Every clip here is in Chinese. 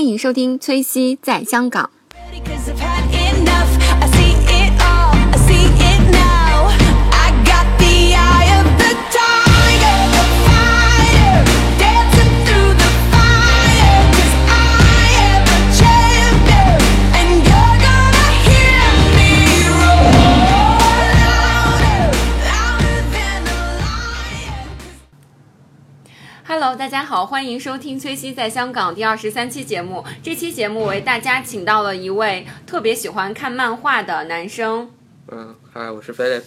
迎收听崔西在香港。 Cause I've had enough. I see it all. I see it now. I got the eye of the tiger, the fire, dancing through the fire. Cause I am a champion, and you're gonna hear me roar louder, louder than a lion. Hello，大家好，欢迎收听崔西在香港第二十三期节目。这期节目为大家请到了一位特别喜欢看漫画的男生嗯，嗨，我是 Philip，？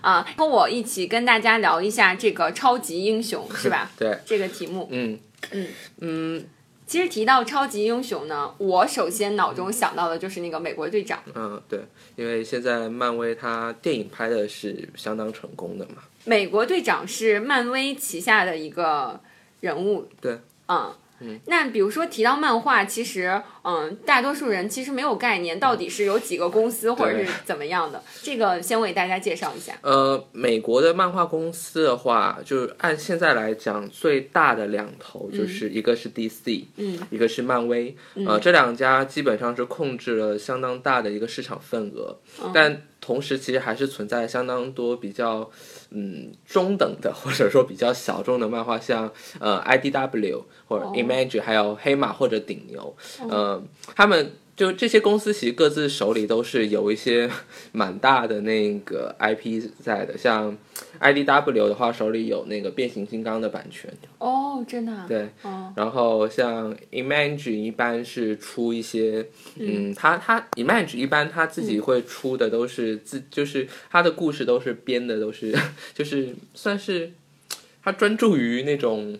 啊，和我一起跟大家聊一下这个超级英 雄，是吧对这个题目，嗯其实提到超级英雄呢，我首先脑中想到的就是那个美国队长。嗯，对，因为现在漫威它电影拍的是相当成功的嘛，美国队长是漫威旗下的一个人物，对，嗯。那比如说提到漫画，其实嗯，大多数人其实没有概念，到底是有几个公司或者是怎么样的。这个先为大家介绍一下。呃，美国的漫画公司的话，就是按现在来讲，最大的两头就是一个是 DC，嗯，一个是漫威，呃，这两家基本上是控制了相当大的一个市场份额，哦但同时其实还是存在相当多比较嗯中等的 或者说比较小众的漫画，像呃 IDW 或哦者 Image，、还有黑马或者顶牛，呃，他们。就这些公司其实各自手里都是有一些蛮大的那个 IP 在的，像 IDW 的话手里有那个变形金刚的版权，哦，真的、啊？对，哦，然后像 Image 一般是出一些，嗯，他他 Image 一般他自己会出的都是自，就是他的故事都是编的都是 就是算是他专注于那种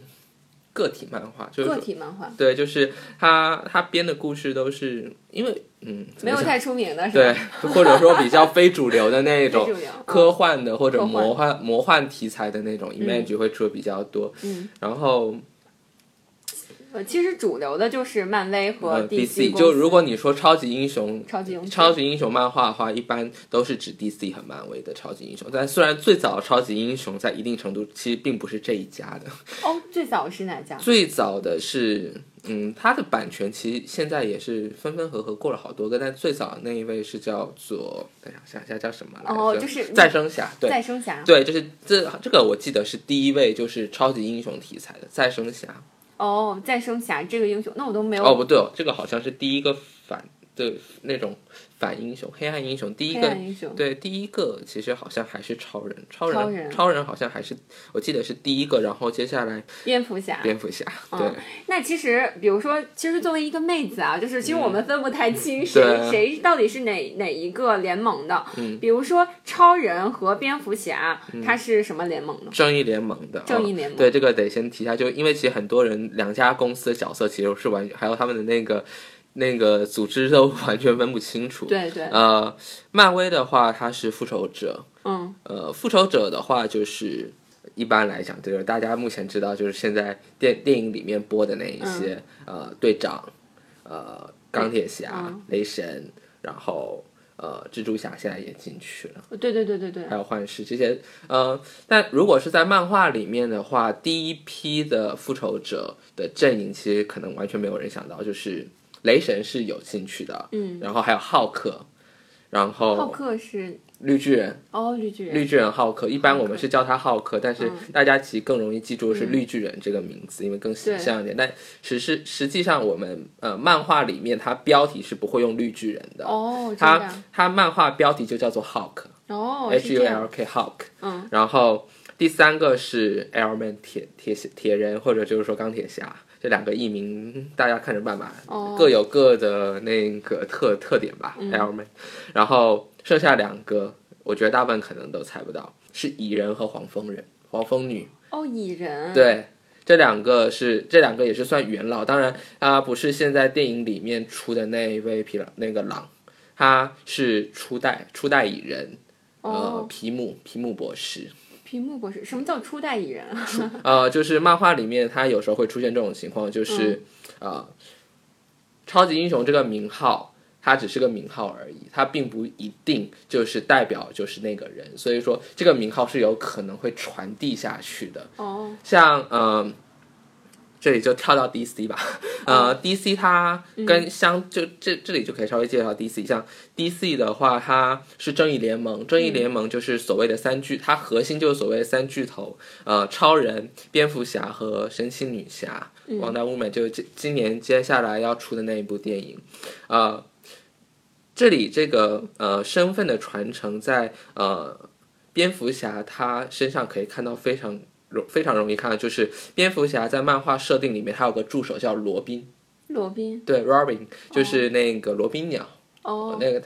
个体漫画，就是个说体漫画对，就是他他编的故事都是因为嗯怎没么有讲太出名的是吧？对， 或者说比较非主流的那种非主流嗯科幻的或者科幻魔幻魔幻题材的那种 Image 会出的比较多，嗯然后。呃，其实主流的就是漫威和 DC 呃公司。就如果你说超级英雄，超级英雄超级英雄漫画的话，一般都是指 DC 和漫威的超级英雄。但虽然最早的超级英雄在一定程度其实并不是这一家的，哦，最早是哪家？最早的是。嗯，它的版权其实现在也是分分合合过了好多个，但最早那一位是叫做，等一下想一下叫什么来着？哦就是再生侠，对，再生侠。对，就是这这个我记得是第一位，就是超级英雄题材的再生侠。哦，再生侠这个英雄，那我都没有。哦，不对哦，这个好像是第一个反对那种反英雄、黑暗英雄，第一黑个暗英雄对第一个其实好像还是超人，超超人超人好像还是我记得是第一个，然后接下来蝙蝠侠。蝙蝠侠，嗯那其实，比如说，其实作为一个妹子啊，就是其实我们分不太清谁、嗯对谁到底是哪哪一个联盟的。嗯比如说超人和蝙蝠侠，它是什么联盟呢对，？ 正义联盟的，正义嗯联盟对这个得先提一下，就因为其实很多人两家公司的角色其实是完，还有他们的那个那个组织都 完全分不清楚，，对对，呃，漫威的话它是复仇者，嗯，呃，复仇者的话就是一般来讲，就是大家目前知道，就是现在电电影里面播的那一些、呃队长、呃钢铁侠、嗯雷神，然后呃蜘蛛侠现在也进去了，嗯对对对对对还，有幻视这些呃，但如果是在漫画里面的话，第一批的复仇者的阵营其实可能完全没有人想到，就是雷神是有进去的，嗯然后还有浩克，然浩后克是绿巨人。哦，绿巨绿人。巨人浩克，一般我们是叫他浩克，但嗯是大家其实更容易记住的是绿巨人这个名字，因为更形象一点。但实是实际上我们呃漫画里面它标题是不会用绿巨人的，哦，这它样。它漫画标题就叫做 Hulk，H 哦，是 U 这 L 样。 K Hulk。嗯，然后第三个是 Iron Man 铁铁铁人，或者就是说钢铁侠。这两个译名大家看着办吧，哦嗯各有各的那个特特点吧。Iron Man，然后剩下两个，我觉得大部分可能都猜不到，是蚁人和黄蜂人、黄蜂女。哦，蚁人。。对，这两个是这两个也是算元老，当然他不是现在电影里面出的那一位皮狼那个狼，他是初代初代蚁人，呃哦，，皮姆皮姆博士。屏幕博士，什么叫初代蚁人啊？呃，就是漫画里面，它有时候会出现这种情况，就是、呃，超级英雄这个名号，它只是个名号而已，它并不一定就是代表就是那个人，所以说这个名号是有可能会传递下去的。哦，像嗯、呃这里就跳到 DC 吧。呃、d c 它跟相、就这这里就可以稍微介绍 DC，像 DC 的话，它是正义联盟，正义联盟就是所谓的三巨，它核心就是所谓的三巨头，呃，超人、蝙蝠侠和神奇女侠。王大物美就是今今年接下来要出的那一部电影，呃，这里这个呃身份的传承在呃蝙蝠侠他身上可以看到非常容非常容易看到，就是蝙蝠侠在漫画设定里面他有个助手叫罗宾，罗宾对，Robin 就是那个罗宾鸟，哦，那个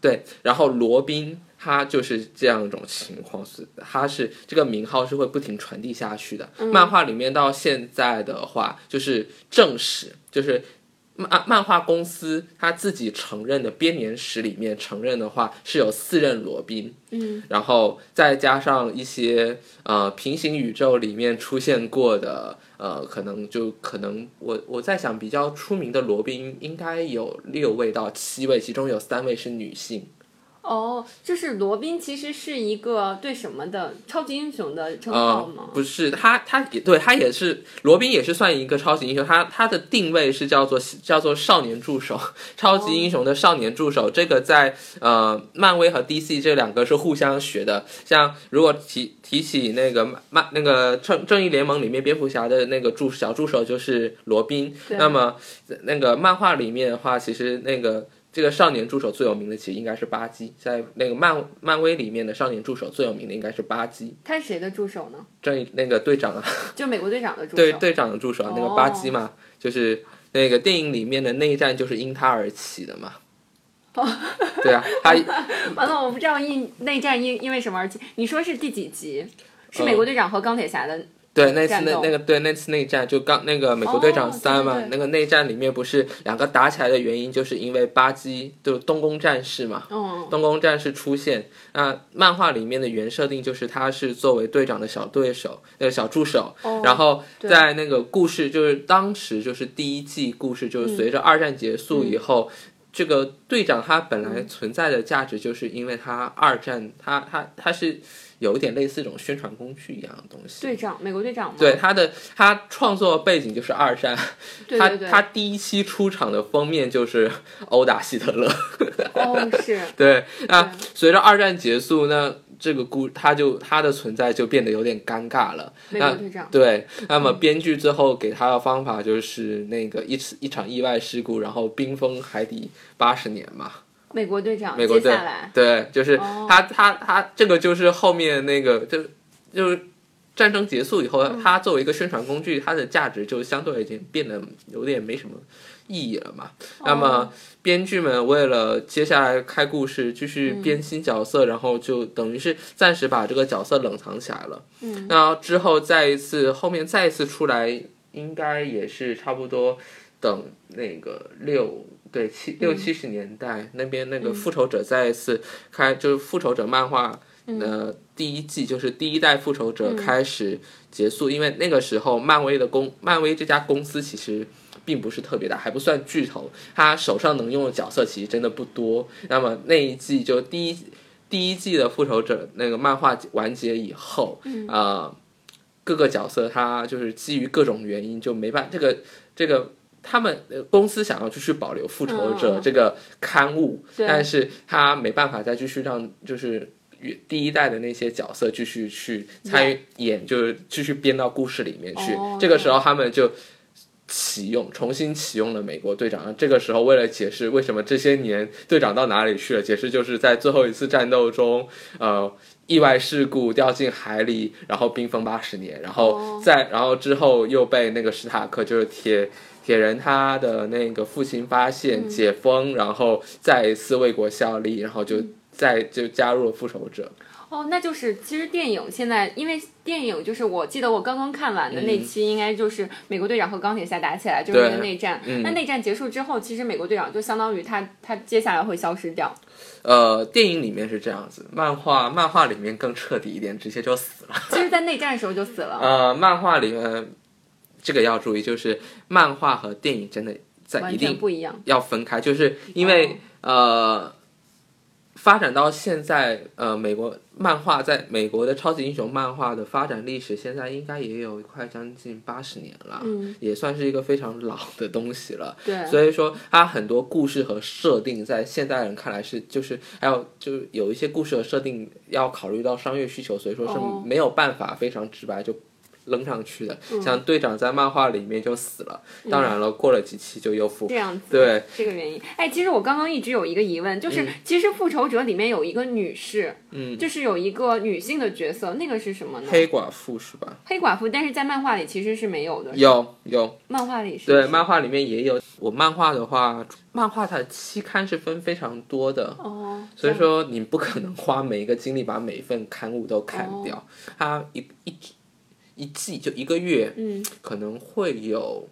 对，然后罗宾。他就是这样一种情况，是他是这个名号是会不停传递下去的。漫画里面到现在的话，就是正史，就是漫漫画公司他自己承认的编年史里面承认的话，是有四任罗宾，嗯，然后再加上一些呃平行宇宙里面出现过的呃，可能就可能我我在想比较出名的罗宾应该有六位到七位，其中有三位是女性。哦，就是罗宾其实是一个对什么的超级英雄的称号呃吗，？不是，他他也对他也是罗宾也是算一个超级英雄，他他的定位是叫做叫做少年助手， 超级英雄的少年助手，这个在呃漫威和 DC 这两个是互相学的。像如果提提起那个漫那个正正义联盟里面蝙蝠侠的那个助小助手就是罗宾，对那么那个漫画里面的话，其实那个。这个少年助手最有名的其实应该是巴基，在那个漫漫威里面的少年助手最有名的应该是巴基。他是谁的助手呢？正义那个队 长啊，就美国队长的助手。对队长的助手哦啊，那个巴基嘛，就是那个电影里面的内战就是因他而起的嘛。哦 对啊，他完了，我不知道因内战因因为什么而起。你说是第几集？嗯是美国队长和钢铁侠的。对那次战那斗那个对那次内战就刚那个美国队长哦三嘛，对对对那个内战里面不是两个打起来的原因，就是因为巴基就是东宫战士嘛，嗯，东宫战士出现，那漫画里面的原设定就是他是作为队长的小对手，那个小助手。哦然后对在那个故事，就是当时就是第一季故事，嗯就是随着二战结束以后。这个队长他本来存在的价值，就是因为他二战，他他他是有一点类似一种宣传工具一样的东西。队长，美国队长吗？对他的他创作背景就是二战，对他对对。他第一期出场的封面就是殴打希特勒。哦，是。 对，那对随着二战结束，那这个故它就它的存在就变得有点尴尬了。美国那队长嗯对，那么编剧最后给他的方法就是那个一次一场意外事故，然后冰封海底八十年嘛。美国队长。美国接队下来，对，就是哦他他他这个就是后面那个就就是。战争结束以嗯后，它作为一个宣传工具，它的价值就相对已经变得有点没什么意义了嘛。那么哦编剧们为了接下来开故事，继续嗯编新角色，然后就等于是暂时把这个角色冷藏起来了。嗯，那之后再一次后面再一次出来，应该也是差不多等那个六。对七六七十年代那边那个复仇者再一次开，就是复仇者漫画，呃，第一季就是第一代复仇者开始结束，因为那个时候漫威的公漫威这家公司其实并不是特别大，还不算巨头，他手上能用的角色其实真的不多。那么那一季就第一第一季的复仇者那个漫画完结以后，呃，各个角色他就是基于各种原因就没办这个这个。他们呃公司想要继续保留《复仇嗯嗯者嗯》这个刊物，对但是他没办法再继续让就是第一代的那些角色继续去参与演，就是继续编到故事里面去。哦这个时候他们就启用，重新启用了美国队长。这个时候为了解释为什么这些年队长到哪里去了，解释就是在最后一次战斗中，呃。意外事故掉进海里，然后冰封八十年，然后哦再、然后之后又被那个史塔克就是铁铁人他的那个父亲发嗯现解封，然后再一次为国效力，然后嗯就再就加入了复仇者。哦，那就是其实电影现在，因为电影就是我记得我刚刚看完的那期，应该就是美国队长和钢铁侠打起来，就是那个对内战。嗯那内战结束之后，其实美国队长就相当于他他接下来会消失掉。呃，电影里面是这样子，漫画漫画里面更彻底一点，直接就死了。其实，在内战的时候就死了。呃，漫画里面这个要注意，就是漫画和电影真的在完一全定不一样。哦要分开，就是因为、呃，发展到现在，呃，美国漫画在美国的超级英雄漫画的发展历史，现在应该也有快将近八十年了，嗯也算是一个非常老的东西了。对，所以说，它很多故事和设定，在现代人看来是就是还有就是有一些故事和设定要考虑到商业需求，所以说哦嗯是没有办法非常直白就扔上去的。像队长在漫画里面就死了，嗯当然了，过了几期就又复这样子。对，这个原因，哎，其实我刚刚一直有一个疑问，就是、嗯其实《复仇者》里面有一个女士，嗯，就是有一个女性的角色，那个是什么呢？黑寡妇是吧？黑寡妇，但是在漫画里其实是没有的，有有，漫画里是对，漫画里面也有。我漫画的话，漫画它的期刊是分非常多的，哦，所以这样说你不可能花每一个精力把每一份刊物都看掉，哦它一一一季就一个月嗯，可能会有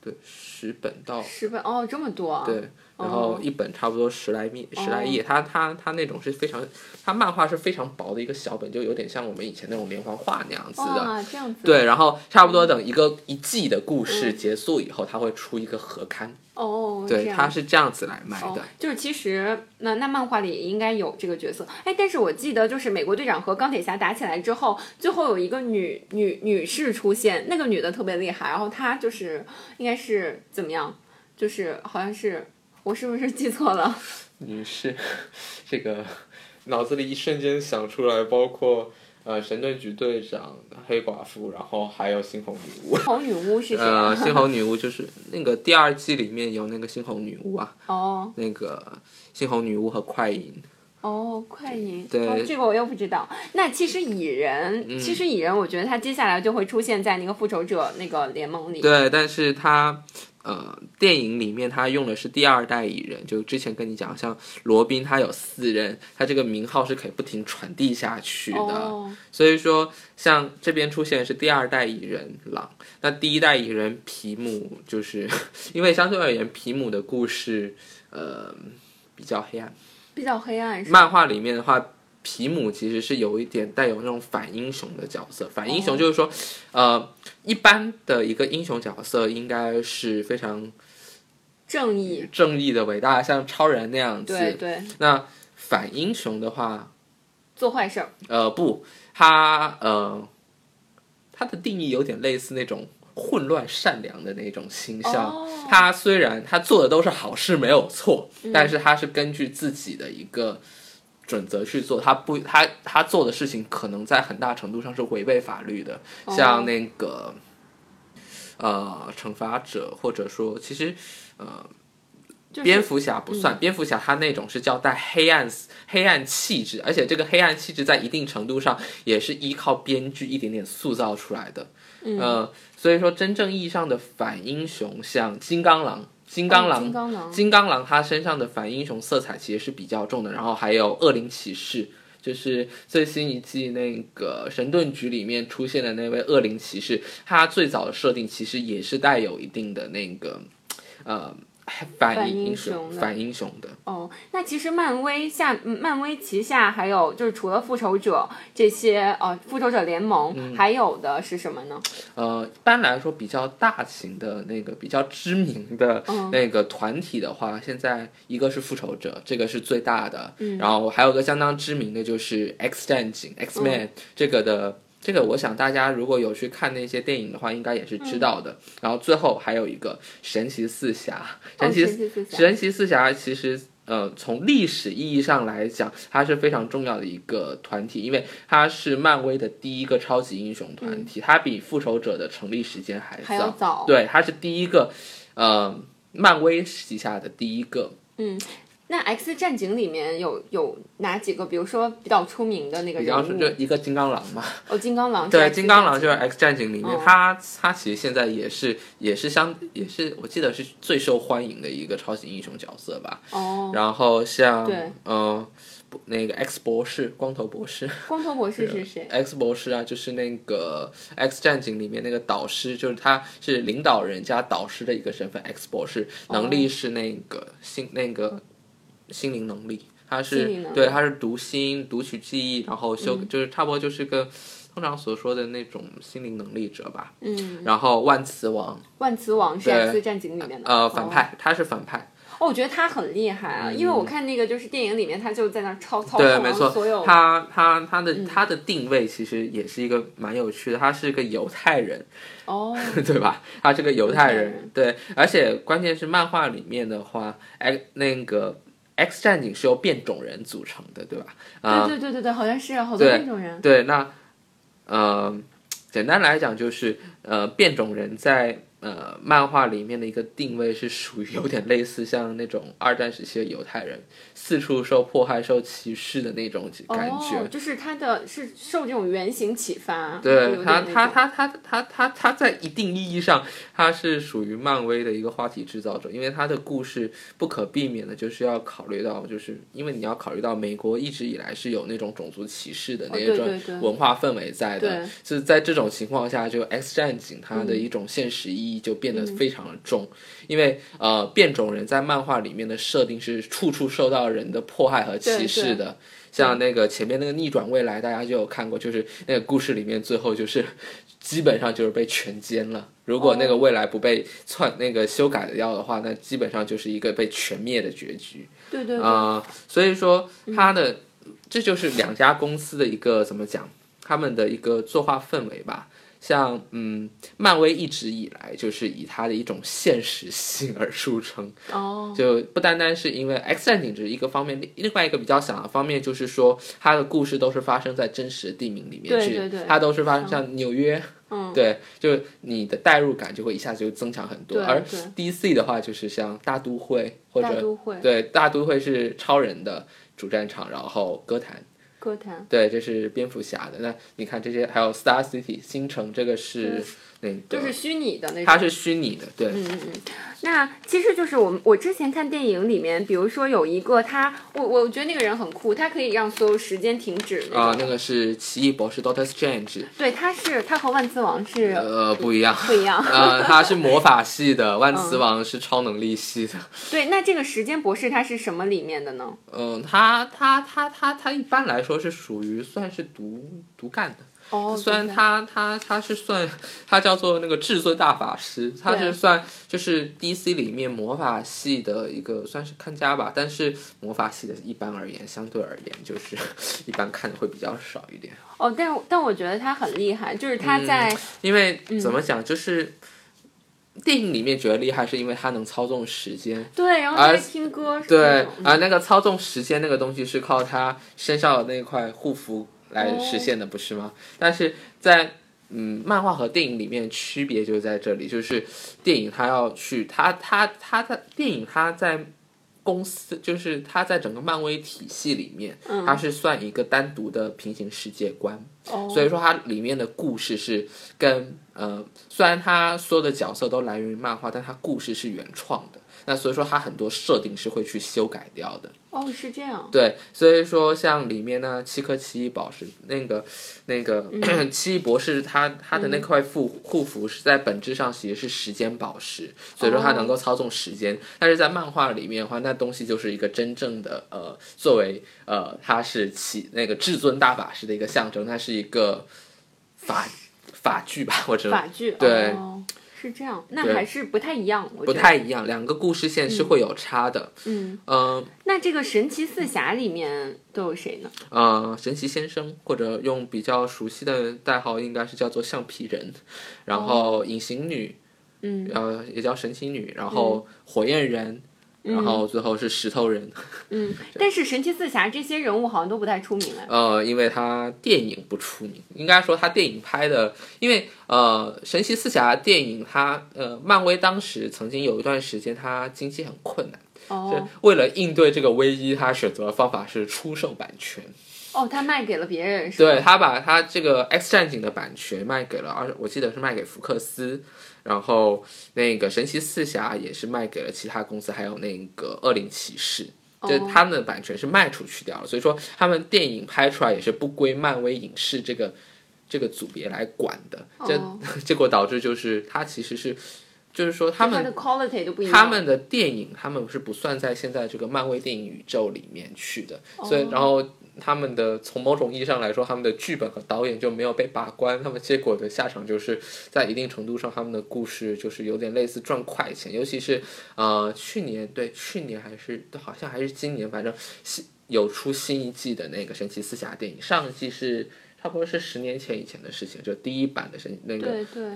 对十本到。十本哦，这么多啊，对，然后哦一本差不多十来米、十来哦页，它它它那种是非常，它漫画是非常薄的一个小本，就有点像我们以前那种连环画那样子的。哇，这样子，对，然后差不多等一个一季的故事结束以后，它会出一个合刊，嗯哦，对，这样它是这样子来卖哦的。，就是其实那那漫画里也应该有这个角色，哎，但是我记得就是美国队长和钢铁侠打起来之后，最后有一个女女女士出现，那个女的特别厉害，然后她就是应该是怎么样，就是好像是我是不是记错了？ 女士， 这个脑子里一瞬间想出来，包括呃神盾局队长、黑寡妇，然后还有猩红 女巫。红女巫是谁啊？呃，猩红女巫就是那个第二季里面有那个猩红女巫啊，哦那个猩红女巫和快银，哦，快银，对嗯哦这个我又不知道。那其实蚁人，其实蚁人，我觉得他接下来就会出现在那个复仇者那个联盟里。对，但是他呃，电影里面他用的是第二代蚁人，就之前跟你讲，像罗宾他有四任，他这个名号是可以不停传递下去的。哦，所以说，像这边出现的是第二代蚁人狼，那第一代蚁人皮姆，就是 因为相对而言，皮姆的故事呃比较黑暗。比较黑暗是吧？漫画里面的话，皮姆其实是有一点带有那种反英雄的角色。反英雄就是说，呃，一般的一个英雄角色应该是非常正义，正义的、伟大的，像超人那样子。对对，那反英雄的话，做坏事儿。呃，不，他呃，他的定义有点类似那种。混乱善良的那种形象哦嗯他虽然他做的都是好事没有错，但是他是根据自己的一个准则去做，他不他他做的事情可能在很大程度上是违背法律的，哦像那个呃惩罚者或者说其实呃就是嗯蝙蝠侠不算，蝙蝠侠他那种是叫带黑暗黑暗气质，而且这个黑暗气质在一定程度上也是依靠编剧一点点塑造出来的。嗯呃，所以说真正意义上的反英雄，像金刚狼、金刚狼、哦金刚狼金刚狼他身上的反英雄色彩其实是比较重的，然后还有恶灵骑士。就是最新一季那个神盾局里面出现的那位恶灵骑士，他最早的设定其实也是带有一定的那个，呃，反英反英雄的反英雄的。哦，那其实漫威下，嗯漫威旗下还有就是除了复仇者这些，呃，复仇者联盟、嗯还有的是什么呢？呃，一般来说比较大型的那个比较知名的嗯那个团体的话，现在一个是复仇者，这个是最大的，嗯然后还有个相当知名的就是 X 战警 X Man、这个的。这个我想大家如果有去看那些电影的话，应该也是知道嗯的。然后最后还有一个神奇四侠，神奇、哦神奇四侠神奇四侠其实呃从历史意义上来讲，它是非常重要的一个团体，因为它是漫威的第一个超级英雄团体，它比复仇者的成立时间还早，嗯还要早对，它是第一个呃漫威旗下的第一个。那 X 战警里面有有哪几个？比如说比较出名的那个比人方说，物就，一个金刚狼嘛，哦，金刚狼是 X 对，战警，金刚狼就是 X 战警里面，哦它它其实现在也是也是相也是我记得是最受欢迎的一个超级英雄角色吧。哦，然后像对嗯、呃不那个 X 博士，光头博士，光头博士是谁？ X 博士啊，就是那个《X 战警》里面那个导师，就是他是领导人加导师的一个身份。X 博士能力是那个心那个心灵能力，他哦心是灵能力嗯对他是读心、读取记忆，然后修、就是差不多就是个通常所说的那种心灵能力者吧。嗯，然后万磁王，万磁王是对 X 战警里面的，呃，哦反派，他是反派。哦，我觉得他很厉害啊，因为我看那个就是电影里面，他就在那儿操操嗯对，控没然错后所有，，嗯他他他的、他的定位其实也是一个蛮有趣的，他是个犹太人，哦， 对吧？他这个犹太犹太人人，对，而且关键是漫画里面的话，哎，那个 X 战警是由变种人组成的，对吧？啊、对对对对对，好像是好多对那种人，对，那呃，简单来讲就是呃，变种人在呃漫画里面的一个定位是属于有点类似像那种二战时期的犹太人，四处受迫害、受歧视的那种感觉。哦，就是他的是受这种原型启发，就对有点他，那他种他他他他他在一定意义上，他是属于漫威的一个话题制造者，因为他的故事不可避免的就是要考虑到，就是因为你要考虑到美国一直以来是有那种种族歧视的那哦对对对种文化氛围在的，对嗯就是在这种情况下，就 X 战警它的一种现实意义就变得非常的重，因为呃变种人在漫画里面的设定是处处受到人的迫害和对歧对视的。像那个前面那个逆转未来，大家就有看过，就是那个故事里面最后就是基本上就是被全歼了。如果那哦个未来不被篡那个修改掉的话，那基本上就是一个被全灭的结局对对对，啊、所以说，它的、这就是两家公司的一个怎么讲，他们的一个作画氛围吧。像嗯，漫威一直以来就是以它的一种现实性而著称，哦，就不单单是因为 X 战警只是一个方面，另另外一个比较小的方面就是说，它的故事都是发生在真实的地名里面对去，对对它都是发生像纽约，嗯对，就你的代入感就会一下子就增强很多。对而对 DC 的话，就是像大都会或大者都会对大都会是超人的主战场，然后歌坛。歌坛，对，这是蝙蝠侠的。那你看这些，还有 Star City 星城，这个是那个，就是嗯虚拟的那它种。是虚拟的，对，那其实就是我们我之前看电影里面，比如说有一个他，我我觉得那个人很酷，他可以让所有时间停止那种。啊、那个是奇异博士 Doctor Strange，对，他是他和万磁王是呃，不一样，不一样。 呃，他是魔法系的，万磁王是超能力系的。对，那这个时间博士他是什么里面的呢？ 嗯，他他他他他一般来说是属于算是独独干的，哦，虽然对他他他是算他叫做那个至尊大法师，他对是算就是 DC 里面魔法系的一个算是看家吧，但是魔法系的一般而言，相对而言就是 一般看的会比较少一点。哦，但但我觉得他很厉害，就是嗯他在、因为怎么嗯讲，就是电影里面觉得厉害，是因为他能操纵时间。对，然后他而在听歌是对那啊种，、嗯那个操纵时间那个东西是靠他身上的那块护符哦来实现的，不是吗？但是在嗯，漫画和电影里面区别就在这里，就是电影它要去，它它它在电影它在公司，就是它在整个漫威体系里面，嗯它是算一个单独的平行世界观。哦所以说它里面的故事是跟呃，虽然它所有的角色都来源于漫画，但它故事是原创的。那所以说它很多设定是会去修改掉的。哦是这样，对，所以说像里面呢，七颗奇异宝石，那个那个、 奇异博士他他的那块护护符是在本质上其实是时间宝石，所以说它能够操纵时间。但是在漫画里面的话，那东西就是一个真正的呃，作为呃它是奇那个至尊大法师的一个象征，它是一个法法具吧，或者法剧嗯对哦、是这样，那对还是不太一样，我觉不得太一样，两个故事线是会有差的。嗯。嗯那这个神奇四侠里面都有谁呢？呃，神奇先生，或者用比较熟悉的代号，应该是叫做橡皮人，然后隐形女，哦嗯，呃，也叫神奇女，然后火焰人，然后最后是石头人，嗯，但是神奇四侠这些人物好像都不太出名哎。呃，因为他电影不出名，应该说他电影拍的，因为呃，神奇四侠电影它呃，漫威当时曾经有一段时间，它经济很困难，哦为了应对这个危机，他选择的方法是出售版权。哦，他卖给了别人是吧？对他把他这个《X 战警》的版权卖给了，而我记得是卖给福克斯，然后那个神奇四侠也是卖给了其他公司，还有那个恶灵骑士，就哦他们的版权是卖出去掉了，所以说他们电影拍出来也是不归漫威影视这个这个组别来管的，这、 哦结果导致就是它其实是。就是说他它们的 quality 都不一样。他们的电影，他们是不算在现在这个漫威电影宇宙里面去的，哦所以然后他们的从某种意义上来说，他们的剧本和导演就没有被把关，他们结果的下场就是在一定程度上，他们的故事就是有点类似赚快钱，尤其是呃去年对去年还是好像还是今年，反正新有出新一季的那个神奇四侠电影，上一季是。差不多是十年前以前的事情，就第一版的神那个对对，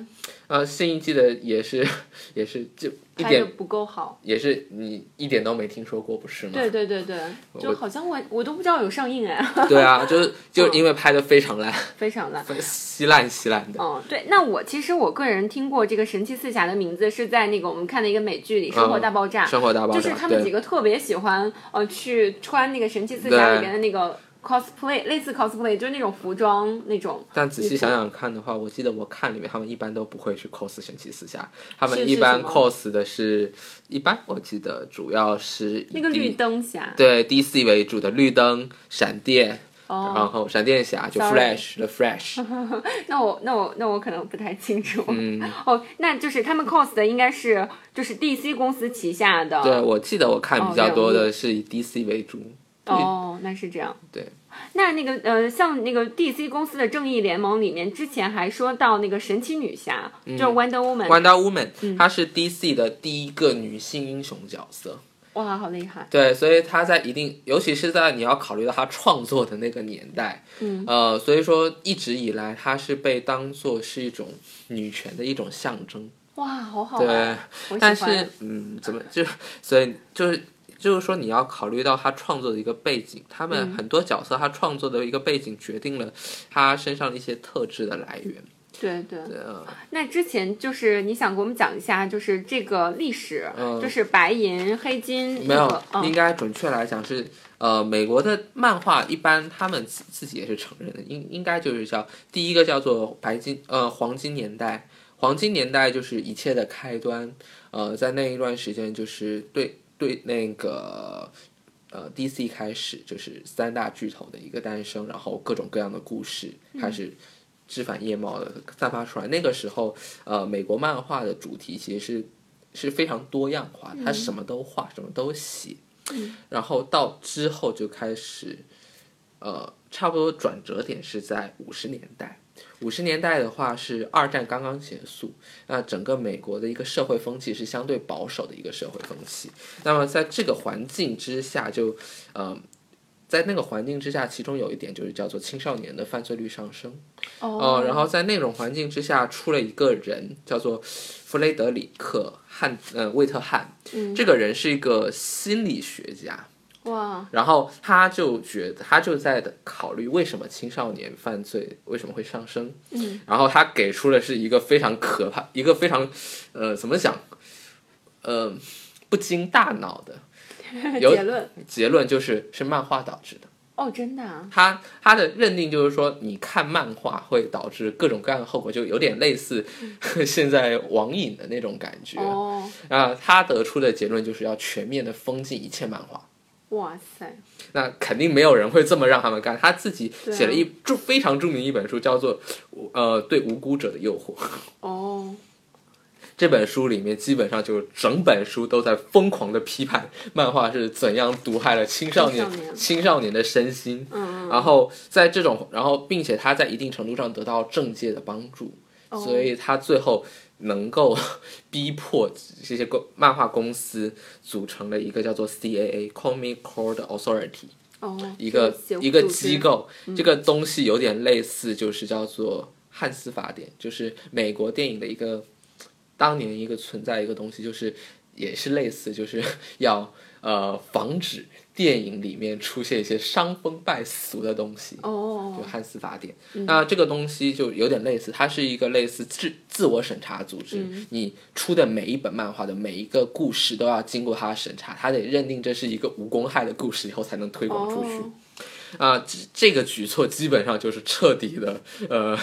呃新一季的也是 也是就一拍的点不够好。也是你一点都没听说过，不是吗？ 对对对对，就好像我我都不知道有上映哎， 对啊，就是嗯就因为拍的非常烂，非常烂。稀烂稀烂的。嗯，对，那我其实我个人听过这个神奇四侠的名字是在那个我们看的一个美剧里《生活大爆炸》，嗯生活大爆炸，就是他们几个个特别喜欢呃去穿那个神奇四侠里边的那个 cosplay，类似 cosplay 就是那种服装那种。但仔细想想看的话，我记得我看里面他们一般都不会去 cos 神奇四侠，他是们是一般什么 cos 的是，一般我记得主要是那个以绿低灯侠，嗯对 DC 为主的绿灯、闪电，然哦，后闪电侠就 Sorry Flash 的 Flash， 那我那我那我可能不太清楚。嗯，哦，那就是他们 cos 的应该是就是 DC 公司旗下的。对我记得我看比较多哦人的是以 DC 为主，对哦，那是这样。对，那那个呃，像那个 DC 公司的正义联盟里面，之前还说到那个神奇女侠，就是 Wonder Woman，嗯 Wonder Woman，、她嗯是 DC 的第一个女性英雄角色。哇，好厉害！对，所以她在一定，尤其是在你要考虑到她创作的那个年代，嗯，呃，所以说一直以来她是被当做是一种女权的一种象征。哇，好好对玩，，我但喜欢是。嗯，怎么就所以就是。就是说，你要考虑到她创作的一个背景，他们嗯很多角色她创作的一个背景决定了她身上的一些特质的来源。对对。呃，那之前就是你想给我们讲一下，就是这个历史，嗯就是白银、黑金，没那有个，嗯、应该准确来讲是，呃，美国的漫画一般他们自自己也是承认的，应应该就是叫第一个叫做白金呃黄金年代，黄金年代就是一切的开端，呃，在那一段时间就是对对那个。呃，DC 开始就是三大巨头的一个诞生，然后各种各样的故事嗯开始枝繁叶茂的散发出来。那个时候，呃，美国漫画的主题其实是是非常多样化，它什么都画，什么都写。然后到之后就开始，呃，差不多转折点是在五十年代。五十年代的话是二战刚刚结束，那整个美国的一个社会风气是相对保守的一个社会风气。那么在这个环境之下就，呃，在那个环境之下，其中有一点就是叫做青少年的犯罪率上升。哦，呃，然后在那种环境之下，出了一个人，叫做弗雷德里克汉，呃，魏特汉。嗯这个人是一个心理学家，哇，然后他就觉得他就在考虑为什么青少年犯罪为什么会上升。嗯，然后他给出了是一个非常可怕，一个非常，呃，怎么讲，呃，不经大脑 的有结论结论，就是是漫画导致的。哦，真的啊，他他的认定就是说，你看漫画会导致各种各样的后果，就有点类似 现在网瘾的那种感觉。嗯哦，啊，他得出的结论就是要全面的封禁一切漫画。哇塞，那肯定没有人会这么让他们干。他自己对啊写了一著非常著名的一本书，叫做《呃对无辜者的诱惑》。哦，这本书里面基本上就是整本书都在疯狂的批判漫画是怎样毒害了青少年青少年啊青少年的身心。嗯然后在这种，然后并且他在一定程度上得到政界的帮助，哦所以他最后能够 逼迫这些公漫画公司组成了一个叫做 CAA（Comic Code Authority） 哦，一个这一个组织机，构，这个东西有点类似，就是叫做汉斯法典，就是美国电影的一个当年一个存在一个东西，就是也是类似，就是 要呃防止电影里面出现一些伤风败俗的东西。就哦，汉斯法典，那这个东西就有点类似，它是一个类似自自我审查组织。嗯你出的每一本漫画的每一个故事都要经过它的审查，它得认定这是一个无公害的故事以后才能推广出去。哦，啊、这这个举措基本上就是彻底的呃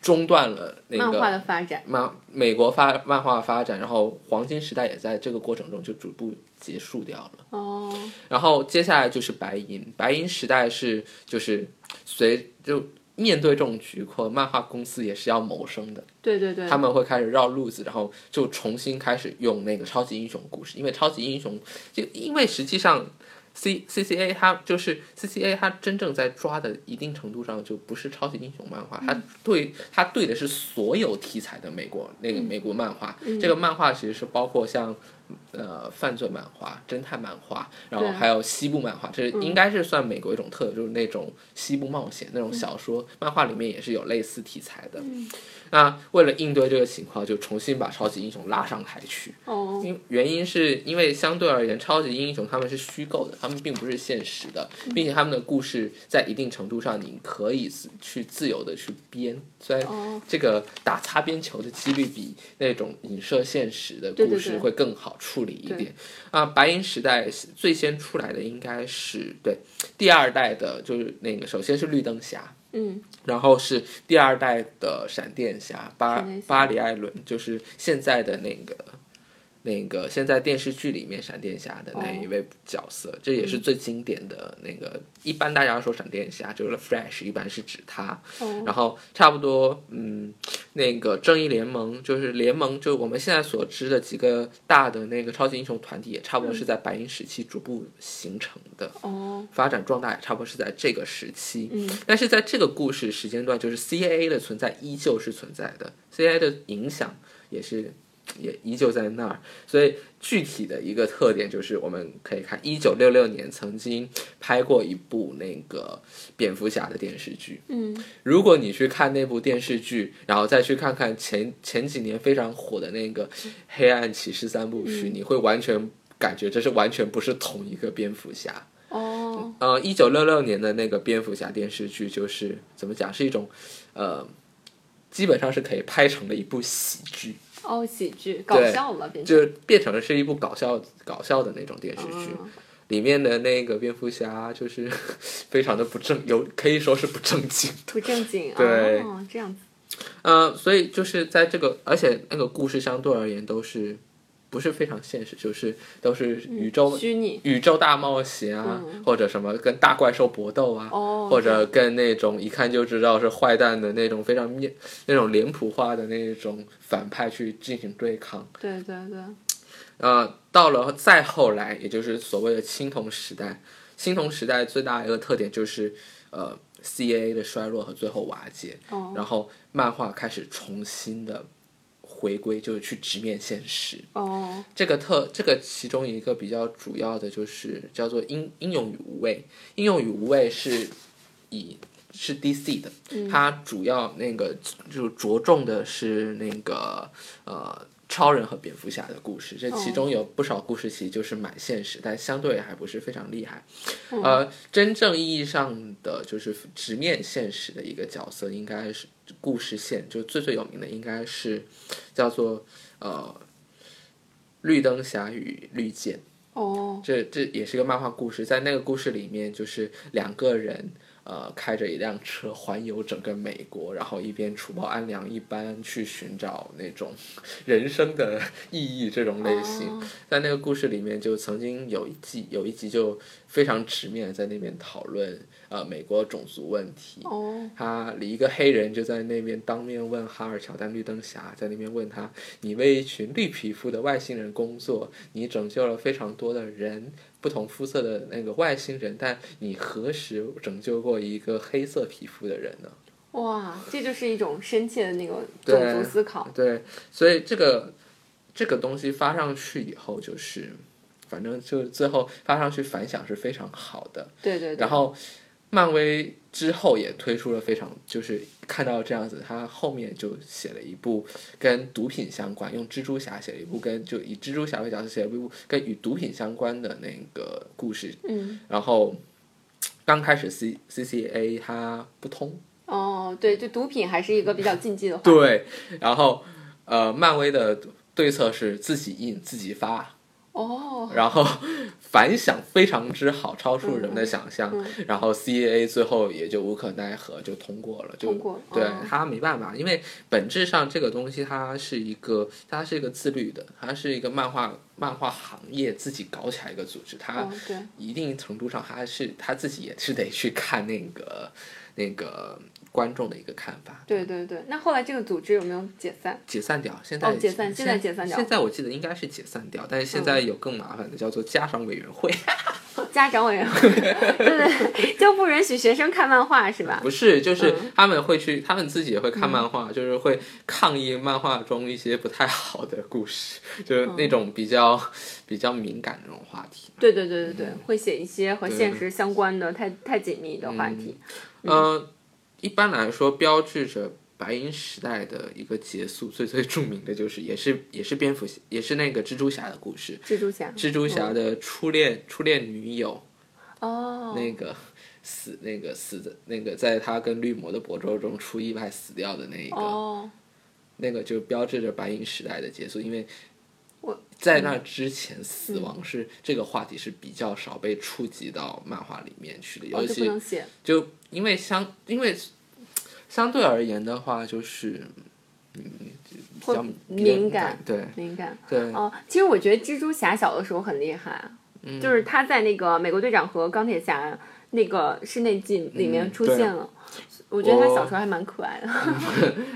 中断了那漫画个的发展，漫美国发漫画发展，然后黄金时代也在这个过程中就逐步结束掉了。哦，然后接下来就是白银，白银时代是就是随就。面对这种局口，漫画公司也是要谋生的，对对对，他们会开始绕路子，然后就重新开始用那个超级英雄故事，因为超级英雄就因为实际上 C C C A 它就是 C C A 它真正在抓的一定程度上就不是超级英雄漫嗯画，它对它对的是所有题材的美国那嗯个美国漫画，这个漫画其实是包括像。呃，犯罪漫画、侦探漫画，然后对嗯还有西部漫画，这应该是算美国一种特有，就是那种西部冒险那嗯种小说、漫画里面也是有类似题材的。那为了应对这个情况，就重新把超级英雄拉上台去。哦，因原因是因为相对而言，超级英雄他们是虚构的，他们并不是现实的，嗯并且他们的故事在一定程度上你可以自去自由的去编，虽然哦这个打擦边球的几率比那种影射现实的对故对事对会更好处理一对点。啊，白银时代最先出来的应该是对第二代的，就是那个首先是绿灯侠，嗯，然后是第二代的闪电侠巴闪电侠巴里艾伦，就是现在的那个那个现在电视剧里面闪电侠的那一位角色，这也是最经典的那个。一般大家说闪电侠就是 Flash，一般是指他。哦然后差不多，嗯，那个正义联盟就是联盟，就我们现在所知的几个大的那个超级英雄团体，也差不多是在白银时期逐步形成的。哦，发展壮大也差不多是在这个时期。嗯，但是在这个故事时间段，就是 CAA 的存在依旧是存在的，CAA 的影响也是也依旧在那儿。所以具体的一个特点就是，我们可以看一九六六年曾经拍过一部那个蝙蝠侠的电视剧。嗯，如果你去看那部电视剧，然后再去看看前前几年非常火的那个《嗯黑暗骑士》三部曲，你会完全感觉这是完全不是同一个蝙蝠侠。哦，呃，一九六六年的那个蝙蝠侠电视剧，就是怎么讲，是一种，呃，基本上是可以拍成了一部喜剧，哦，喜剧搞对笑了，变成就变成了是一部搞笑搞笑的那种电视剧。嗯里面的那个蝙蝠侠就是 非常的不正，有可以说是不正经。不正经，对哦，这样子，呃，所以就是在这个，而且那个故事相对而言都是不是非常现实，就是都是宇宙、嗯虚拟，宇宙大冒险啊，嗯或者什么跟大怪兽搏斗啊，哦或者跟那种一看就知道是坏蛋的那种非常面那种脸谱化的那种反派去进行对抗。对对对，呃，到了再后来，也就是所谓的青铜时代，青铜时代最大的一个特点就是呃 CAA 的衰落和最后瓦解，哦然后漫画开始重新的回归，就是去直面现实。哦，这个特这个其中一个比较主要的就是叫做英英勇与无畏，英勇与无畏是以是 DC 的，它主要那个就着重的是那个呃超人和蝙蝠侠的故事，这其中有不少故事其实就是蛮现实，但相对还不是非常厉害。呃，真正意义上的就是直面现实的一个角色，应该是故事线，就最最有名的应该是叫做呃。绿灯侠与绿箭，哦，这这也是个漫画故事，在那个故事里面，就是两个人呃开着一辆车环游整个美国，然后一边除暴安良，一般去寻找那种 人生的意义这种类型。哦在那个故事里面，就曾经有一季有一集就非常直面地在那边讨论呃美国种族问题。哦，他一个黑人就在那边当面问哈尔乔丹绿灯侠，在那边问他：“你为一群绿皮肤的外星人工作，你拯救了非常多的人，不同肤色的那个外星人，但你何时拯救过一个黑色皮肤的人呢？”哇，这就是一种深切的那个种族思考，对，所以这个这个东西发上去以后，就是反正就最后发上去反响是非常好的。对对对然，后漫威之后也推出了非常，就是看到这样子，他后面就写了一部跟毒品相关，用蜘蛛侠写了一部跟就以蜘蛛侠为角色写了一部跟与毒品相关的那个故事。嗯，然后刚开始 C C C A 它不通，哦，对，就毒品还是一个比较禁忌的话，对，然后呃，漫威的对策是自己印自己发，哦，然后 反响非常之好，超出人的想象。嗯然后 CAA 最后也就无可奈何就通过了，就通过对哦他没办法，因为本质上这个东西它是一个它是一个自律的，它是一个漫画漫画行业自己搞起来一个组织，它嗯对一定程度上还是他自己也是得去看那个那个观众的一个看法。对对对，那后来这个组织有没有解散？解散掉，现在、哦解散现在解散掉嗯现在我记得应该是解散掉，但是现在有更麻烦的，叫做家长委员会，家长委员 会，对对对，就不允许学生看漫画是吧？不是，就是嗯他们会去，他们自己也会看漫画，就是会抗议漫画中一些不太好的故事， 就是那种比较、比较敏感的那种话题。对对对对对，会写一些和对现实相关的太太紧密的话题。嗯、一般来说，标志着白银时代的一个结束，最最著名的就是，也是也是蝙蝠，侠，也是那个蜘蛛侠的故事，蜘蛛侠，蜘蛛侠的初恋、初恋女友哦，那个。死那个死的那个，在他跟绿魔的搏斗中出意外死掉的那一个，哦，那个就标志着白银时代的结束，因为我嗯在那之前，死亡是、这个话题是比较少被触及到漫画里面去的，我尤哦就不能其写。就因为相因为相对而言的话，就是嗯比会较比较敏感感，对敏感对，哦，其实我觉得蜘蛛侠小的时候很厉害，嗯就是他在那个《美国队长》和《钢铁侠》那个室内季里面嗯出对现了。我觉得他我小时候还蛮可爱的，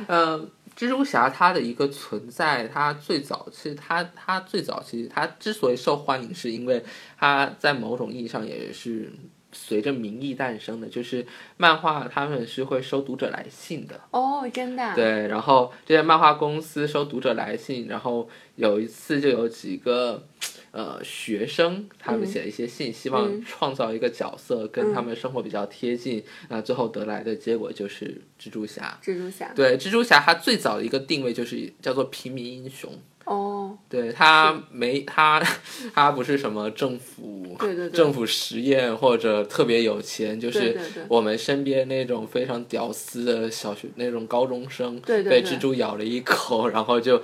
呃，蜘蛛侠它的一个存在，它最早其实它它最早其实它之所以受欢迎，是因为它在某种意义上也是随着民意诞生的，就是漫画他们是会收读者来信的， 哦，真的啊、对，然后这些漫画公司收读者来信，然后有一次就有几个。呃，学生他们写了一些信，希望创造一个角色、跟他们生活比较贴近，那、最后得来的结果就是蜘蛛侠。蜘蛛侠，对，蜘蛛侠它最早的一个定位就是叫做平民英雄，哦，对他没他他不是什么政府对对对政府实验或者特别有钱，就对是对对我们身边那种非常屌丝的小学那种高中生对对被对蜘蛛咬了一口，然后就。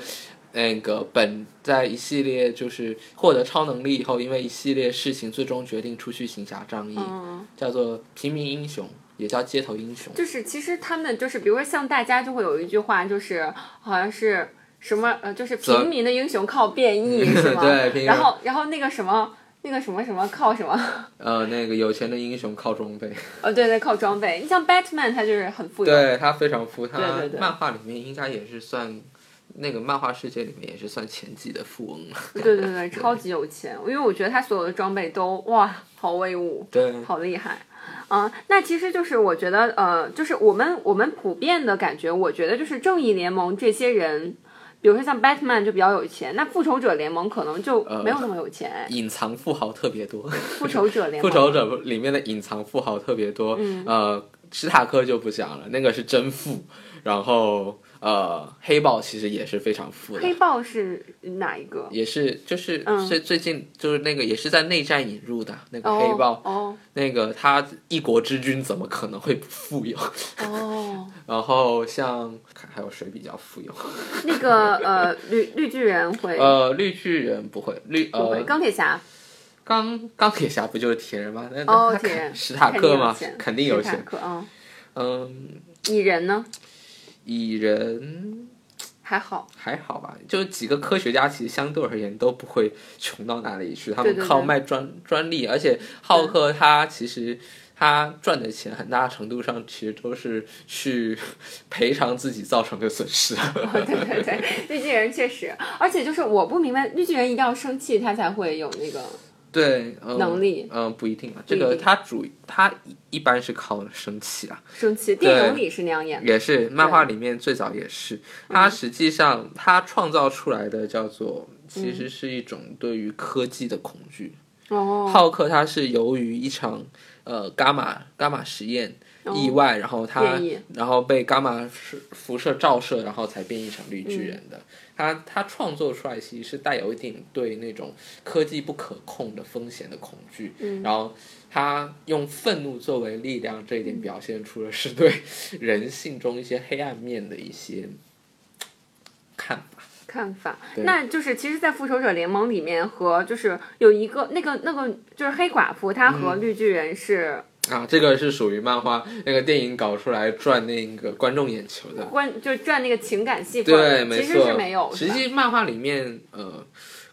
那个本在一系列就是获得超能力以后，因为一系列事情最终决定出去行侠仗义，嗯，叫做平民英雄，也叫街头英雄。就是其实他们就是，比如说像大家就会有一句话，就是好像是什么呃，就是则平民的英雄靠 变异是吗？对平民然后然后那个什么那个什么什么靠什么？ 呃，那个有钱的英雄靠装备。呃，对对，靠装备。你像 Batman，他就是很富有，对他非常富，他对对漫画里面应该也是算那个漫画世界里面也是算前几的富翁了。对对对，超级有钱，因为我觉得他所有的装备都哇，好威武，对，好厉害。啊、那其实就是我觉得，呃，就是我们我们普遍的感觉，我觉得就是正义联盟这些人，比如说像 Batman 就比较有钱，那复仇者联盟可能就呃没有那么有钱。哎隐藏富豪特别 多，复仇者联复盟，仇者里面的隐藏富豪特别多。嗯呃，史塔克就不讲了，那个是真富。然后呃，黑豹其实也是非常富的。黑豹是哪一个？也是，就是嗯最最近就是那个也是在内战引入的那个哦黑豹，哦那个他一国之君怎么可能会不富有？ 哦，然后像看还有谁比较富有？那个呃，绿绿巨人会、呃，绿巨人不会，绿不会，呃钢铁侠钢钢铁侠不就是铁人吗？那哦那，他铁人史塔克嘛，肯肯定定有史塔钱。克嗯，嗯，蚁人呢蚁人还好， 还好吧，就几个科学家其实相对而言都不会穷到哪里去，他对们对对靠卖专专利，而且浩克他其实。他赚的钱很大程度上其实都是去赔偿自己造成的 损失。对对对，绿巨人确实，而且就是我不明白，绿巨人一定要生气他才会有那个，对，嗯、能力嗯、不一定啊。这不一个定他主他一一般是靠生气啊，生气。电影对嗯里是那样演的，也是漫画里面最早也是，它实际上它创造出来的叫做，其实是一种对于科技的恐惧。哦，浩克他是由于一场呃伽马伽马实验意外，然后他哦变异然后被伽马是辐射照射，然后才变异成绿巨人嗯的。他他创作出来其实是带有一点对那种科技不可控的风险的恐惧，嗯然后他用愤怒作为力量这一点表现出了是对人性中一些黑暗面的一些看法。看法。对那就是其实，在复仇者联盟里面和就是有一个那个那个就是黑寡妇，她和嗯绿巨人是啊，这个是属于漫画那个电影搞出来赚那个观众眼球的，关，就是赚那个情感戏份，对，没其实错，是没有，实是吧际漫画里面，呃，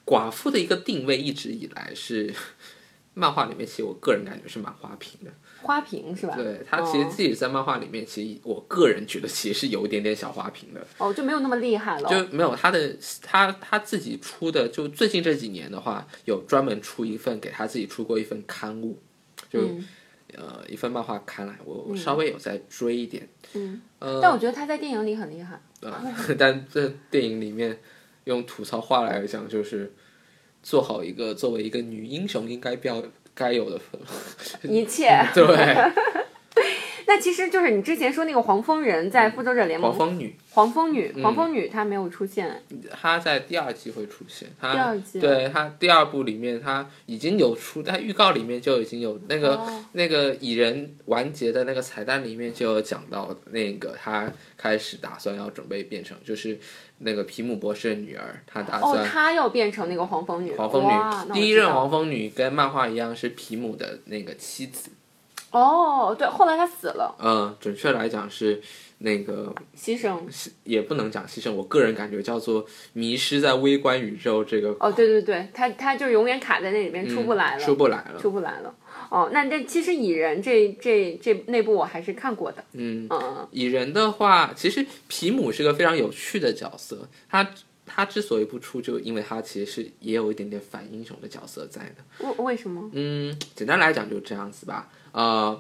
寡妇的一个定位一直以来是 漫画里面，其实我个人感觉是蛮花瓶的。花瓶是吧？哦对他其实自己在漫画里面，其实我个人觉得其实是有一点点小花瓶的，哦哦就没有那么厉害了。就没有他的他他自己出的，就最近这几年的话，有专门出一份给他自己出过一份刊物，就、嗯呃一份漫画刊来，我我稍微有在追一点，嗯，呃，但我觉得他在电影里很厉害。啊， 但这电影里面用吐槽话来讲，就是做好一个作为一个女英雄应该标该有的分，嗯一切。对， 那其实就是你之前说那个黄蜂人在复仇者联盟，嗯黄蜂嗯女，黄蜂女，黄蜂女她没有出现，她在第二季会出现，她第二季啊对她第二部里面她已经有出，在预告里面就已经有那个、哦那个蚁人完结的那个彩蛋里面就有讲到那个她开始打算要准备变成就是那个皮姆博士的女儿，她打算、哦，她要变成那个黄蜂女，黄蜂哇那女，我第一知任道黄蜂女跟漫画一样是皮姆的那个妻子，哦，对，后来她死了，呃，准确来讲是那个牺牲，也不能讲牺牲，我个人感觉叫做迷失在微观宇宙这个嗯哦，对对对，她她就永远卡在那里边出不来了，出不来了出，不来了。哦，那但其实蚁人这这这那部我还是看过的，嗯。嗯嗯蚁人的话，其实皮姆是个非常有趣的角色，他他之所以不出，就因为他其实是也有一点点反英雄的角色在的。嗯，为为什么？嗯，简单来讲就这样子吧。呃，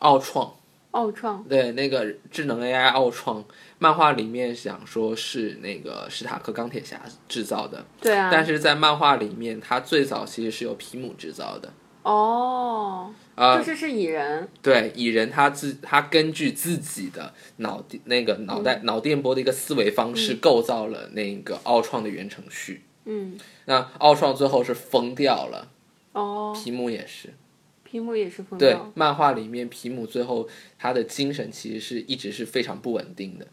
奥创奥创，对，那个智能 AI 奥创漫画里面想说是那个史塔克钢铁侠制造的，对啊，但是在漫画里面，它最早其实是由皮姆制造的。哦，呃就，是是蚁人，对，蚁人他自他根据自己的脑电那个脑袋、脑电波的一个思维方式，构造了那个奥创的原程序。嗯，那奥创最后是疯掉了，哦，皮姆也是。皮姆也是疯对掉，，漫画里面皮姆最后他的精神其实是一直是非常不稳定的。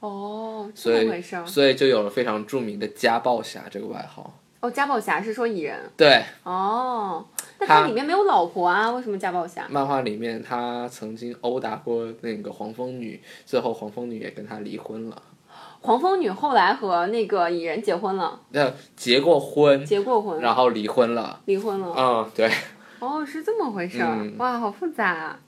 哦，所这么回以事儿。所以就有了非常著名的家暴侠这个外号。哦，家暴侠是说蚁人对，哦，那他他里面没有老婆啊？为什么家暴侠？漫画里面他曾经殴打过那个黄蜂女，最后黄蜂女也跟他离婚了，黄蜂女后来和那个蚁人结婚了，那结过婚，结过婚，然后离婚了。离婚了。嗯，对，哦，是这么回事儿、嗯哇，好复杂、啊。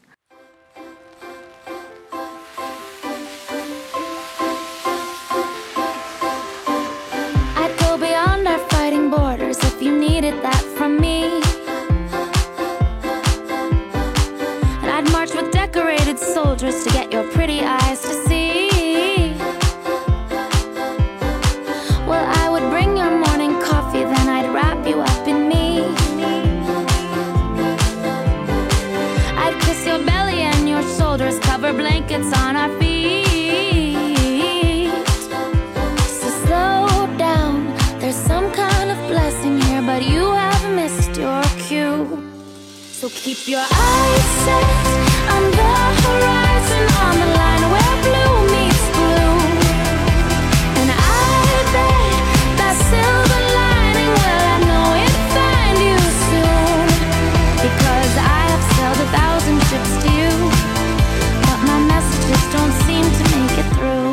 I'd go beyond our fighting borders if you needed that from me. And I'd march with decorated soldiers to get your pretty eyes to see. Well, I would bring your morning coffee, then I'd wrap you up in me. I'd kiss your belly and your shoulders, cover blankets on our feet. So slow down. There's some kind of blessing here, but you have missed your cue. So keep your eyes set on the horizon on the line where blue meets blue. And I bet that silver lining will I know it find you soon. Because I have sailed a thousand ships to you, but my messages don't seem to make it through.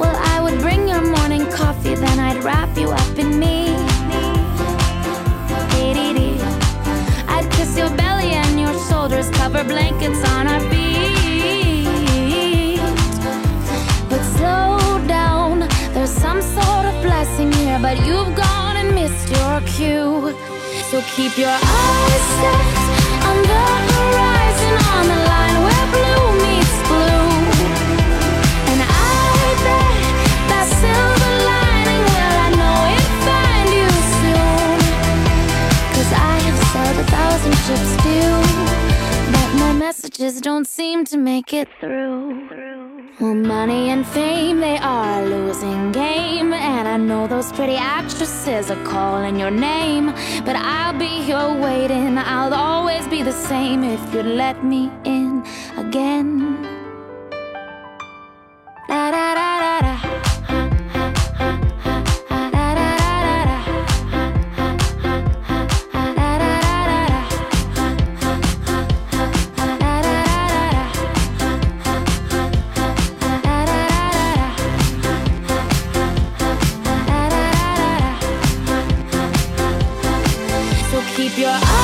Well, I would bring your morning coffee, then I'd wrap you up in me. Dee-dee-dee. I'd kiss your belly and your shoulders, cover blankets on our feet. But slow down, there's some sort of blessing here, but you've gone and missed your cue. So keep your eyes set on the horizon, on the line where blue meets blue. And I bet that silver lining will I know it find you soon. 'Cause I have sailed a thousand ships too, but my messages don't seem to make it through. Well, money and fame, they are a losing game. And I know those pretty actresses are calling your name. But I'll be here waiting, I'll always be the same if you'd let me in again. Da da da da da. keep your eyes